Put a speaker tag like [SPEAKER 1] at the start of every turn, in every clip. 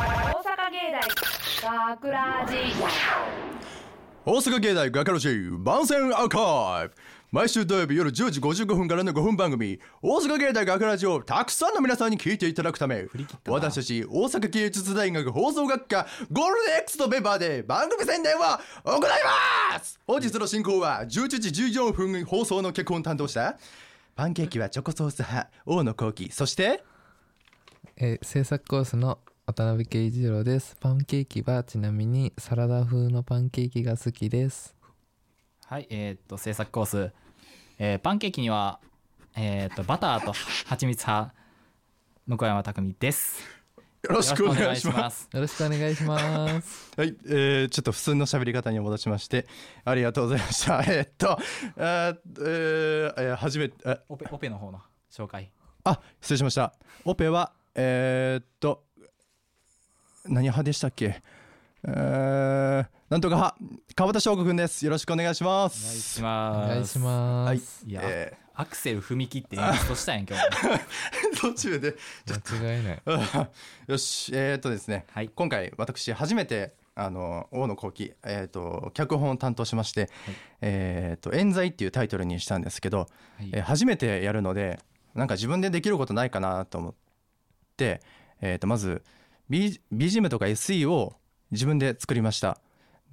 [SPEAKER 1] 阪芸大学ラジ
[SPEAKER 2] 大阪芸大学ラジ番宣アーカイブ毎週土曜日夜10時55分からの5分番組「大阪芸大学ラジオ」をたくさんの皆さんに聞いていただくため私たち大阪芸術大学放送学科ゴールデン X のメンバーで番組宣伝を行います本日の進行は11時14分放送の脚本を担当したパンケーキはチョコソース派大野幸喜そして
[SPEAKER 3] えー制作コースの渡辺圭一郎ですパンケーキはちなみにサラダ風のパンケーキが好きです
[SPEAKER 4] はい、えーっと制作コース、えーパンケーキには、えーっとバターと蜂蜜派向山匠です。
[SPEAKER 2] よろしくお願いします
[SPEAKER 4] す。
[SPEAKER 3] よろしくお願いします
[SPEAKER 2] はい、えーちょっと普通の喋り方に戻しまして、ありがとうございました。 えーっと、あーえーえー初めて、あ
[SPEAKER 4] オペオペの方の紹介。
[SPEAKER 2] あ、失礼しました。オペは、えーっと、何派でしたっけえー、なんとか派、川端翔吾くんです。よろしくお願いしま
[SPEAKER 4] お願い
[SPEAKER 2] す。
[SPEAKER 4] します。
[SPEAKER 3] お願いしま
[SPEAKER 2] はい
[SPEAKER 3] す、
[SPEAKER 4] いや、
[SPEAKER 2] え
[SPEAKER 4] アクセル踏み切って演出したや ん今日。
[SPEAKER 2] ー 途中で、
[SPEAKER 3] 間違いない
[SPEAKER 2] あ よし、えーっとですね、
[SPEAKER 4] はい
[SPEAKER 2] 今回私初めてあの大野幸喜、えーっと脚本を担当しまして「えーっと冤罪」っていうタイトルにしたんですけど、
[SPEAKER 4] はい
[SPEAKER 2] えー初めてやるのでなんか自分でできることないかなと思って、えーっとまず、B、BGM とか SE を自分で作りました。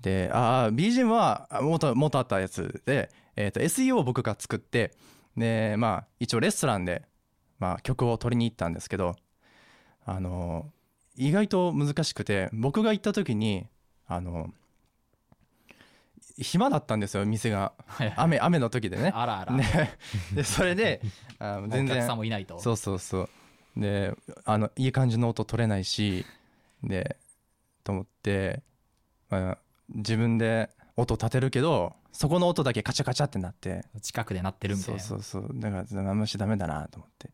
[SPEAKER 2] でああ BGM はあ元元あったやつで、えー、と SE を僕が作ってでまあ一応レストランで、まあ、曲を取りに行ったんですけどあの意外と難しくて僕が行った時にあの暇だったんですよ店が
[SPEAKER 4] はい
[SPEAKER 2] 雨雨の時でね。
[SPEAKER 4] あらあら。
[SPEAKER 2] ね でそれであの全
[SPEAKER 4] お客
[SPEAKER 2] 然
[SPEAKER 4] さんもいないと。
[SPEAKER 2] そうそうそうであのいい感じの音取れないしでと思って、まあ、自分で音立てるけどそこの音だけカチャカチャってなって
[SPEAKER 4] 近くで鳴ってるみたい
[SPEAKER 2] そう
[SPEAKER 4] な。
[SPEAKER 2] そうそうだからあんましダメだなと思って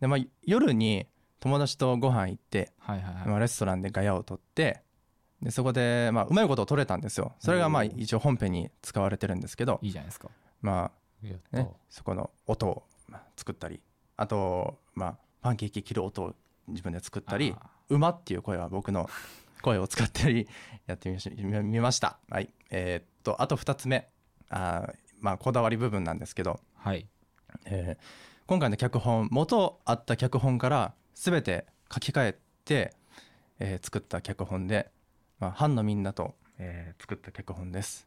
[SPEAKER 2] で、まあ、夜に友達とご飯行って、
[SPEAKER 4] はいはいはい。
[SPEAKER 2] まあ、レストランでガヤを取ってでそこで、まあ、うまいことを取れたんですよそれがまあ
[SPEAKER 4] おー
[SPEAKER 2] 一応本編に使われてるんですけど
[SPEAKER 4] いいじゃないですか。
[SPEAKER 2] まあ
[SPEAKER 3] やっ
[SPEAKER 2] ね、そこの音をまあ作ったりあと、まあ、パンケーキ切る音を自分で作ったり
[SPEAKER 4] あ
[SPEAKER 2] 「馬」っていう声は僕の声を使ったりやってみましみ見ました、はいえーっとあと2つ目あー、まあ、こだわり部分なんですけど、
[SPEAKER 4] ーはい。
[SPEAKER 2] えー今回の脚本元あった脚本から全て書き換えて、えー作った脚本で、まあ、ファンのみんなと、えー作った脚本です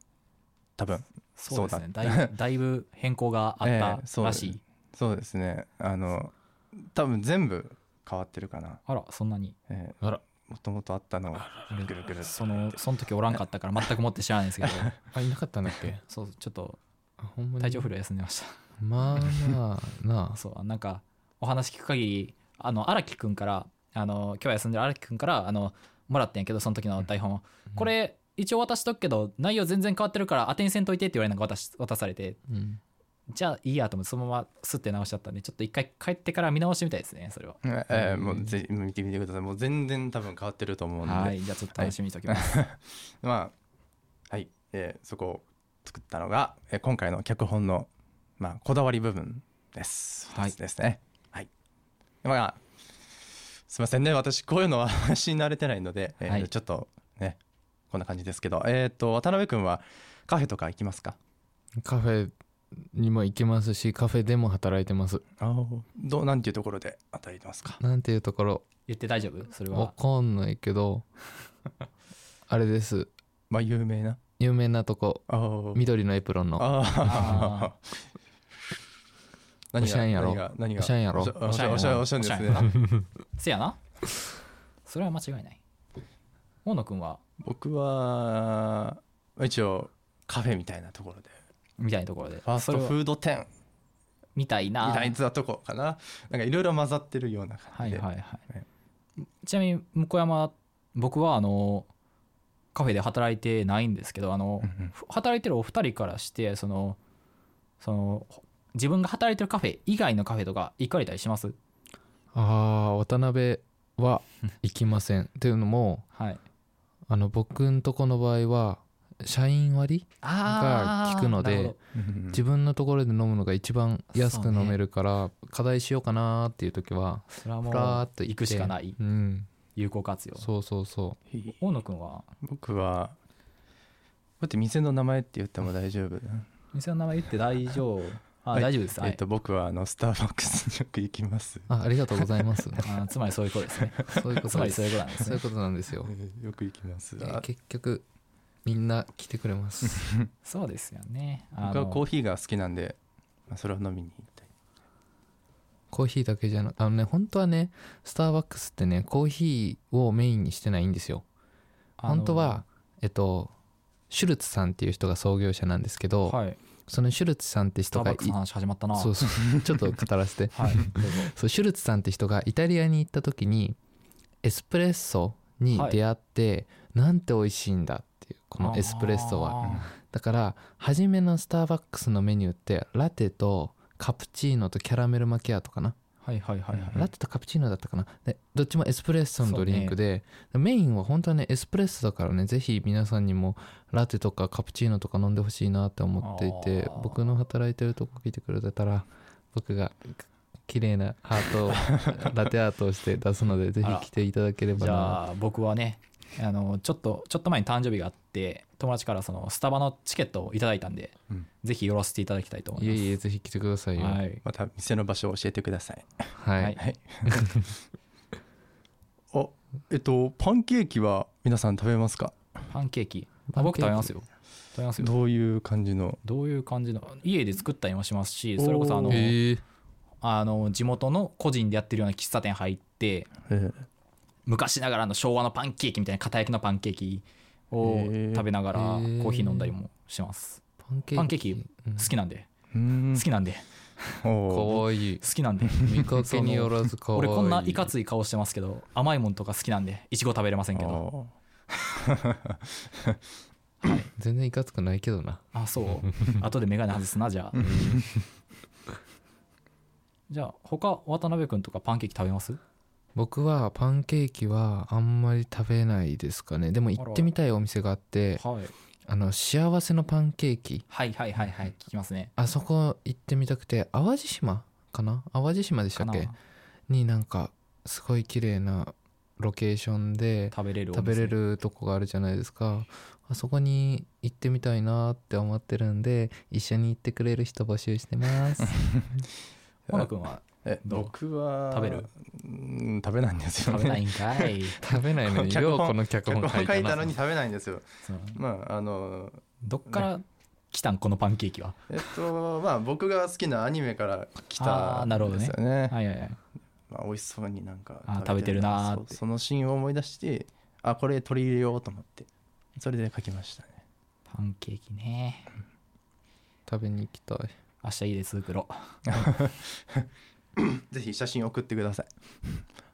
[SPEAKER 2] 多分
[SPEAKER 4] そうです
[SPEAKER 2] そ
[SPEAKER 4] ね
[SPEAKER 2] う。だ
[SPEAKER 4] だいぶだいぶ変更が あ
[SPEAKER 2] え
[SPEAKER 4] っ
[SPEAKER 2] えそ
[SPEAKER 4] た
[SPEAKER 2] う
[SPEAKER 4] らしい。
[SPEAKER 2] そうですねあの多分全部変わってるかな、
[SPEAKER 4] あらそんなに。
[SPEAKER 2] え
[SPEAKER 3] あら
[SPEAKER 2] ー、もともとあったのをぐるぐる
[SPEAKER 4] そのその時おらんかったから全くもって知らないん ですけど
[SPEAKER 3] あいなかったんだっけ
[SPEAKER 4] そうちょっと
[SPEAKER 3] あほんまに
[SPEAKER 4] 体調不良休んでまし
[SPEAKER 3] まあまあな
[SPEAKER 4] た
[SPEAKER 3] あ
[SPEAKER 4] そうなんかお話聞く限りあの荒木くんからあの今日休んでる荒木くんからあのもらってんやけどその時の台本を、これ一応渡しとくけど内容全然変わってるから当てにせんといてって言われなんか渡し渡されて
[SPEAKER 3] うん
[SPEAKER 4] じゃあいいやと思ってそのままスッて直しちゃったんでちょっと一回帰ってから見直してみたいですねそれは
[SPEAKER 2] えーえーもうぜひ見てみてくださいもう全然多分変わってると思うんで
[SPEAKER 4] はいじゃあちょっと楽しみにしておきます、
[SPEAKER 2] まあはい、えーそこを作ったのが、えー今回の脚本の、まあ、こだわり部分です。
[SPEAKER 4] はい
[SPEAKER 2] 二つですね。はい。まあすみませんね私こういうのは 話に慣れてないので、えー
[SPEAKER 4] はい
[SPEAKER 2] ちょっとねこんな感じですけど、えっ、と渡辺君はカフェとか行きますか？
[SPEAKER 3] カフェにも行けますしカフェでも働いてます
[SPEAKER 2] あどうなんていうところで働いてますか？
[SPEAKER 3] なんていうところ
[SPEAKER 4] 言って大丈夫それ
[SPEAKER 3] わ
[SPEAKER 4] は
[SPEAKER 3] かんないけ どあれです
[SPEAKER 2] まあ有名な。
[SPEAKER 3] 有名なとこ
[SPEAKER 2] あー
[SPEAKER 3] 緑のエプロンの
[SPEAKER 2] あー。 何が
[SPEAKER 3] おしゃんやろ
[SPEAKER 2] 何が何が
[SPEAKER 3] おしゃんやろ
[SPEAKER 2] おしゃおしゃおしゃおしゃんですね。
[SPEAKER 4] せやなそれは間違いない大野くんは
[SPEAKER 2] 僕は一応カフェみたいなところで
[SPEAKER 4] みたいなところで
[SPEAKER 2] ファースト
[SPEAKER 4] それは
[SPEAKER 2] フード店
[SPEAKER 4] みたいな
[SPEAKER 2] みたいなとこかななんかいろいろ混ざってるような
[SPEAKER 4] は
[SPEAKER 2] 感
[SPEAKER 4] い
[SPEAKER 2] じ
[SPEAKER 4] は
[SPEAKER 2] で、
[SPEAKER 4] いはいちなみに向山僕はあのカフェで働いてないんですけどあの
[SPEAKER 2] うんうん
[SPEAKER 4] 働いてるお二人からしてそのその自分が働いてるカフェ以外のカフェとか行かれたりします
[SPEAKER 3] あー渡辺は行きませんっていうのも
[SPEAKER 4] はい
[SPEAKER 3] あの僕んとこの場合は社員割
[SPEAKER 4] あー
[SPEAKER 3] が聞くので
[SPEAKER 4] なるほど
[SPEAKER 3] 自分のところで飲むのが一番安く飲めるから課題しようかなーっていう時は
[SPEAKER 4] それはも
[SPEAKER 3] ふらー
[SPEAKER 4] う
[SPEAKER 3] っと行って
[SPEAKER 4] 行くしかない
[SPEAKER 3] うん
[SPEAKER 4] 有効活用
[SPEAKER 3] そうそうそ
[SPEAKER 4] 大野くんは
[SPEAKER 2] 僕はだって店の名前って言っても大丈夫
[SPEAKER 4] 店の名前言って大 丈夫あ、
[SPEAKER 2] はい
[SPEAKER 4] 大丈夫です、はい
[SPEAKER 2] えっと僕はあのスターバックスによく行きます
[SPEAKER 3] うあありがとうございます
[SPEAKER 4] あつまりそういうことで すね
[SPEAKER 3] そういうこ
[SPEAKER 4] つ
[SPEAKER 3] と
[SPEAKER 4] まり
[SPEAKER 3] です
[SPEAKER 4] そういうことなんです
[SPEAKER 3] そういうことなんです よ、
[SPEAKER 2] よく行きます
[SPEAKER 3] え
[SPEAKER 2] あ
[SPEAKER 3] 結局みんな来てくれます
[SPEAKER 4] そうですよねあ
[SPEAKER 2] 僕は
[SPEAKER 4] の
[SPEAKER 2] コーヒーが好きなんでまあそれを飲みに行ったり
[SPEAKER 3] コーヒーだけじゃなくあのね本当はねスターバックスってねコーヒーをメインにしてないんですよ
[SPEAKER 4] あの
[SPEAKER 3] 本当はえっとシュルツさんっていう人が創業者なんですけど、
[SPEAKER 4] はい
[SPEAKER 3] そのシュルツさんって
[SPEAKER 4] スタ
[SPEAKER 3] 人が
[SPEAKER 4] ーバ
[SPEAKER 3] い
[SPEAKER 4] ックスの話始まったな
[SPEAKER 3] そうそう ちょっと語らせて
[SPEAKER 4] はいどうぞ
[SPEAKER 3] そうシュルツさんって人がイタリアに行った時にエスプレッソに出会って、なんて美味しいんだっていうこのエスプレッソは
[SPEAKER 4] あ
[SPEAKER 3] だから初めのスターバックスのメニューってラテとカプチーノとキャラメルマキアートかな、
[SPEAKER 4] ーはいはいはいはい
[SPEAKER 3] ラテとカプチーノだったかなでどっちもエスプレッソのドリンクで、メインは本当はねエスプレッソだからねぜひ皆さんにもラテとかカプチーノとか飲んでほしいなって思っていて
[SPEAKER 4] あー
[SPEAKER 3] 僕の働いてるとこ来てくれたら僕が綺麗なハートを ラテアートをして出すのでぜ
[SPEAKER 4] あら
[SPEAKER 3] ひ来ていただければ
[SPEAKER 4] じ
[SPEAKER 3] な
[SPEAKER 4] ゃあ僕はねあのちょっとちょっと前に誕生日があって友達からそのスタバのチケットをいただいたんで、
[SPEAKER 2] うん
[SPEAKER 4] ぜひ寄らせていただきたいと思い
[SPEAKER 3] いえ
[SPEAKER 4] ます
[SPEAKER 3] いえぜひ来てくださいよは、
[SPEAKER 4] はいい、
[SPEAKER 2] また店の場所を教えてください
[SPEAKER 4] はい
[SPEAKER 2] はいあえっとパンケーキは皆さん食べますか
[SPEAKER 4] パンケーキ
[SPEAKER 3] パンケーキ
[SPEAKER 4] あ僕食べますよ食べますよ
[SPEAKER 2] どういう感じの
[SPEAKER 4] どういう感じの家で作ったりもしますしそれこそあの
[SPEAKER 2] おー
[SPEAKER 3] えー
[SPEAKER 4] あの地元の個人でやってるような喫茶店入って
[SPEAKER 2] え
[SPEAKER 4] 昔ながらの昭和のパンケーキみたいな片焼きのパンケーキ
[SPEAKER 2] へ
[SPEAKER 4] を
[SPEAKER 2] ー
[SPEAKER 4] 食べながら
[SPEAKER 3] へ
[SPEAKER 4] コ
[SPEAKER 3] ー
[SPEAKER 4] ーヒー飲んだりもします
[SPEAKER 3] パンケーキ
[SPEAKER 4] パンケーキ
[SPEAKER 3] うん
[SPEAKER 4] 好きなんで
[SPEAKER 2] えうん
[SPEAKER 4] 好きなんで
[SPEAKER 3] か
[SPEAKER 2] おー
[SPEAKER 3] わい い
[SPEAKER 4] 好きなんで
[SPEAKER 3] 見かけによらずかわい
[SPEAKER 4] 俺
[SPEAKER 3] い
[SPEAKER 4] こんないかつい顔してますけど甘いもんとか好きなんでいちご食べれませんけど
[SPEAKER 2] おー
[SPEAKER 3] 全然いかつくないけどな
[SPEAKER 4] あそう後で眼鏡外すなじゃあ じゃあ他渡辺君とかパンケーキ食べます
[SPEAKER 3] 僕はパンケーキはあんまり食べないですかねでも行ってみたいお店があって
[SPEAKER 4] はい
[SPEAKER 3] あの幸せのパンケーキ
[SPEAKER 4] はいはいはいはい聞きますね
[SPEAKER 3] あそこ行ってみたくて淡路島かな淡路島でした
[SPEAKER 4] か
[SPEAKER 3] っ
[SPEAKER 4] な
[SPEAKER 3] けになんかすごい綺麗なロケーションで
[SPEAKER 4] 食べれるお
[SPEAKER 3] 食
[SPEAKER 4] 店
[SPEAKER 3] べれるとこがあるじゃないですかあそこに行ってみたいなって思ってるんで一緒に行ってくれる人募集してます
[SPEAKER 4] ほの君は
[SPEAKER 2] え
[SPEAKER 4] どう
[SPEAKER 2] 僕は
[SPEAKER 4] 食べる
[SPEAKER 2] うん食べないんですよね
[SPEAKER 4] 食べないんかい
[SPEAKER 3] 食べないのに
[SPEAKER 2] 脚本
[SPEAKER 3] ようこの脚本書いたな
[SPEAKER 2] 食べないんですよ
[SPEAKER 4] そう
[SPEAKER 2] まああの
[SPEAKER 4] どっから来たんこのパンケーキは
[SPEAKER 2] えっとまあ僕が好きなアニメから来
[SPEAKER 4] あ
[SPEAKER 2] た
[SPEAKER 4] ー
[SPEAKER 2] ん
[SPEAKER 4] なるほど
[SPEAKER 2] で
[SPEAKER 4] ね
[SPEAKER 2] すよね
[SPEAKER 4] はいはいはい
[SPEAKER 2] まあ、美味しそうになんか
[SPEAKER 4] あー食べてるなーって
[SPEAKER 2] そうそのシーンを思い出してあこれ取り入れようと思ってそれで書きましたね
[SPEAKER 4] パンケーキね
[SPEAKER 3] 食べに行きたい
[SPEAKER 4] 明日いいです黒
[SPEAKER 2] ぜひ写真送ってください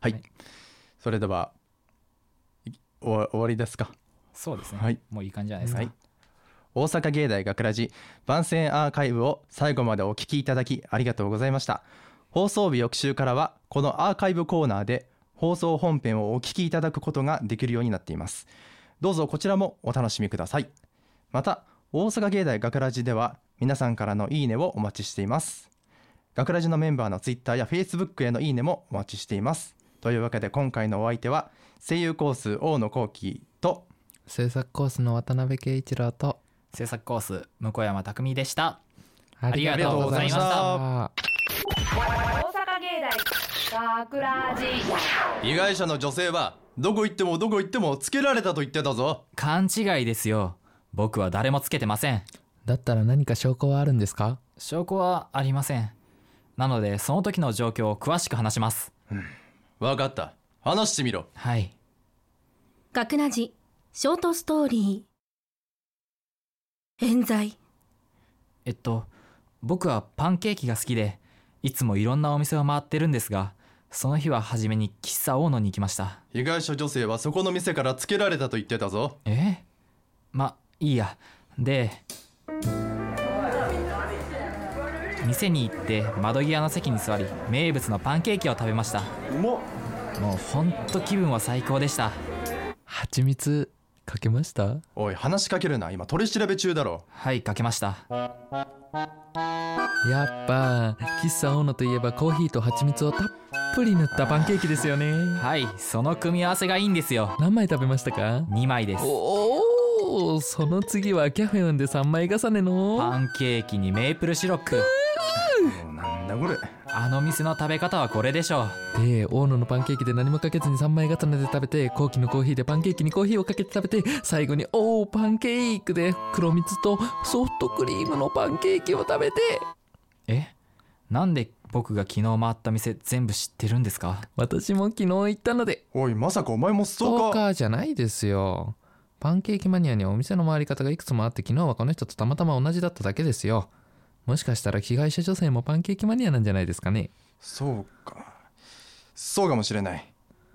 [SPEAKER 2] はい、
[SPEAKER 4] はい
[SPEAKER 2] それではい終わ終わりですか
[SPEAKER 4] そうですね、
[SPEAKER 2] はい
[SPEAKER 4] もういい感じじゃないですか、
[SPEAKER 2] はい大阪芸大学ラジ番宣アーカイブを最後までお聞きいただきありがとうございました放送日翌週からはこのアーカイブコーナーで放送本編をお聞きいただくことができるようになっていますどうぞこちらもお楽しみくださいまた大阪芸大学ラジでは皆さんからのいいねをお待ちしています学ラジのメンバーのツイッターやフェイスブックへのいいねもお待ちしていますというわけで今回のお相手は声優コース大野幸喜と
[SPEAKER 3] 制作コースの渡辺圭一郎と
[SPEAKER 4] 制作コース向山匠でした
[SPEAKER 3] あ
[SPEAKER 4] りがとうございました
[SPEAKER 3] りがとうございまし
[SPEAKER 1] 大阪
[SPEAKER 3] た
[SPEAKER 1] 芸大学ラジ
[SPEAKER 2] 被害者の女性はどこ行ってもどこ行ってもつけられたと言ってたぞ
[SPEAKER 4] 勘違いですよ僕は誰もつけてません
[SPEAKER 3] だったら何か証拠はあるんですか
[SPEAKER 4] 証拠はありませんなのでその時の状況を詳しく話します
[SPEAKER 2] 分かった話してみろ
[SPEAKER 4] はい
[SPEAKER 5] 学ラジショートストーリー冤罪
[SPEAKER 4] えっと僕はパンケーキが好きでいつもいろんなお店を回ってるんですがその日は初めに喫茶大野に行きました
[SPEAKER 2] 被害者女性はそこの店からつけられたと言ってたぞ
[SPEAKER 4] えまいいやで店に行って窓際の席に座り名物のパンケーキを食べました
[SPEAKER 2] うまっ
[SPEAKER 4] もうほんと気分は最高でした
[SPEAKER 3] 蜂蜜かけました
[SPEAKER 2] おい話しかけるな今取り調べ中だろ
[SPEAKER 4] はいかけました
[SPEAKER 3] やっぱ喫茶オ野といえばコーヒーと蜂蜜をたっぷり塗ったパンケーキですよね
[SPEAKER 4] はいその組み合わせがいいんですよ
[SPEAKER 3] 何枚食べましたか
[SPEAKER 4] 2枚です
[SPEAKER 3] おおその次はキャフェオンで3枚重ねの
[SPEAKER 4] パンケーキにメープルシロップ
[SPEAKER 2] なんだこれ
[SPEAKER 4] あの店の食べ方はこれでしょ
[SPEAKER 3] で大野のパンケーキで何もかけずに3枚重ねで食べて後期のコーヒーでパンケーキにコーヒーをかけて食べて最後におおパンケーキで黒蜜とソフトクリームのパンケーキを食べて
[SPEAKER 4] うえなんで僕が昨日回った店全部知ってるんですか
[SPEAKER 3] 私も昨日行ったので
[SPEAKER 2] おいまさかお前もス
[SPEAKER 3] スト
[SPEAKER 2] ト
[SPEAKER 3] ー
[SPEAKER 2] ーカー
[SPEAKER 3] カーじゃないですよパンケーキマニアにはお店の回り方がいくつもあって昨日はこの人とたまたま同じだっただけですよもしかしたら被害者女性もパンケーキマニアなんじゃないですかね
[SPEAKER 2] そうかそうかもしれない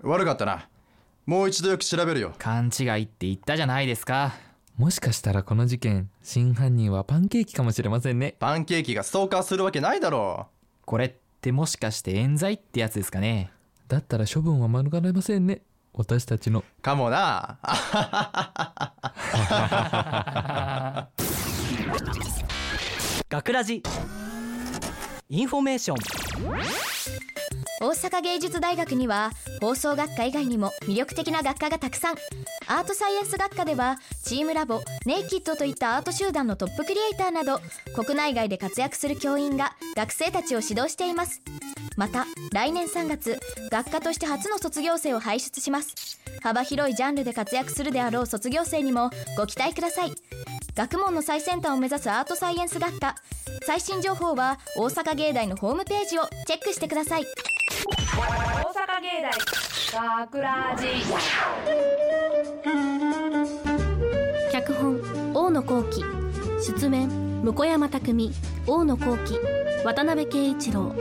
[SPEAKER 2] 悪かったなもう一度よく調べるよ
[SPEAKER 4] 勘違いって言ったじゃないですか
[SPEAKER 3] もしかしたらこの事件真犯人はパンケーキかもしれませんね
[SPEAKER 2] パンケーキがストーカーするわけないだろ
[SPEAKER 4] これってもしかして冤罪ってやつですかね
[SPEAKER 3] だったら処分は免れませんね私たちの
[SPEAKER 2] うかもなあ
[SPEAKER 6] 学ラジインフォメーション
[SPEAKER 7] 大阪芸術大学には放送学科以外にも魅力的な学科がたくさんアートサイエンス学科ではチームラボネイキッドといったアート集団のトップクリエイターなど国内外で活躍する教員が学生たちを指導していますまた来年3月学科として初の卒業生を輩出します幅広いジャンルで活躍するであろう卒業生にもご期待ください学問の最先端を目指すアートサイエンス学科最新情報は大阪芸大のホームページをチェックしてください
[SPEAKER 1] 大阪芸大学ラジ
[SPEAKER 5] 脚本大野幸喜出演向山拓実大野幸喜渡辺圭一郎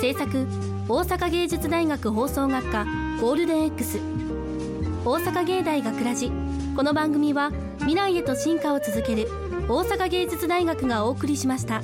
[SPEAKER 5] 制作大阪芸術大学放送学科ゴールデン X 大阪芸大学ラジこの番組は未来へと進化を続ける大阪芸術大学がお送りしました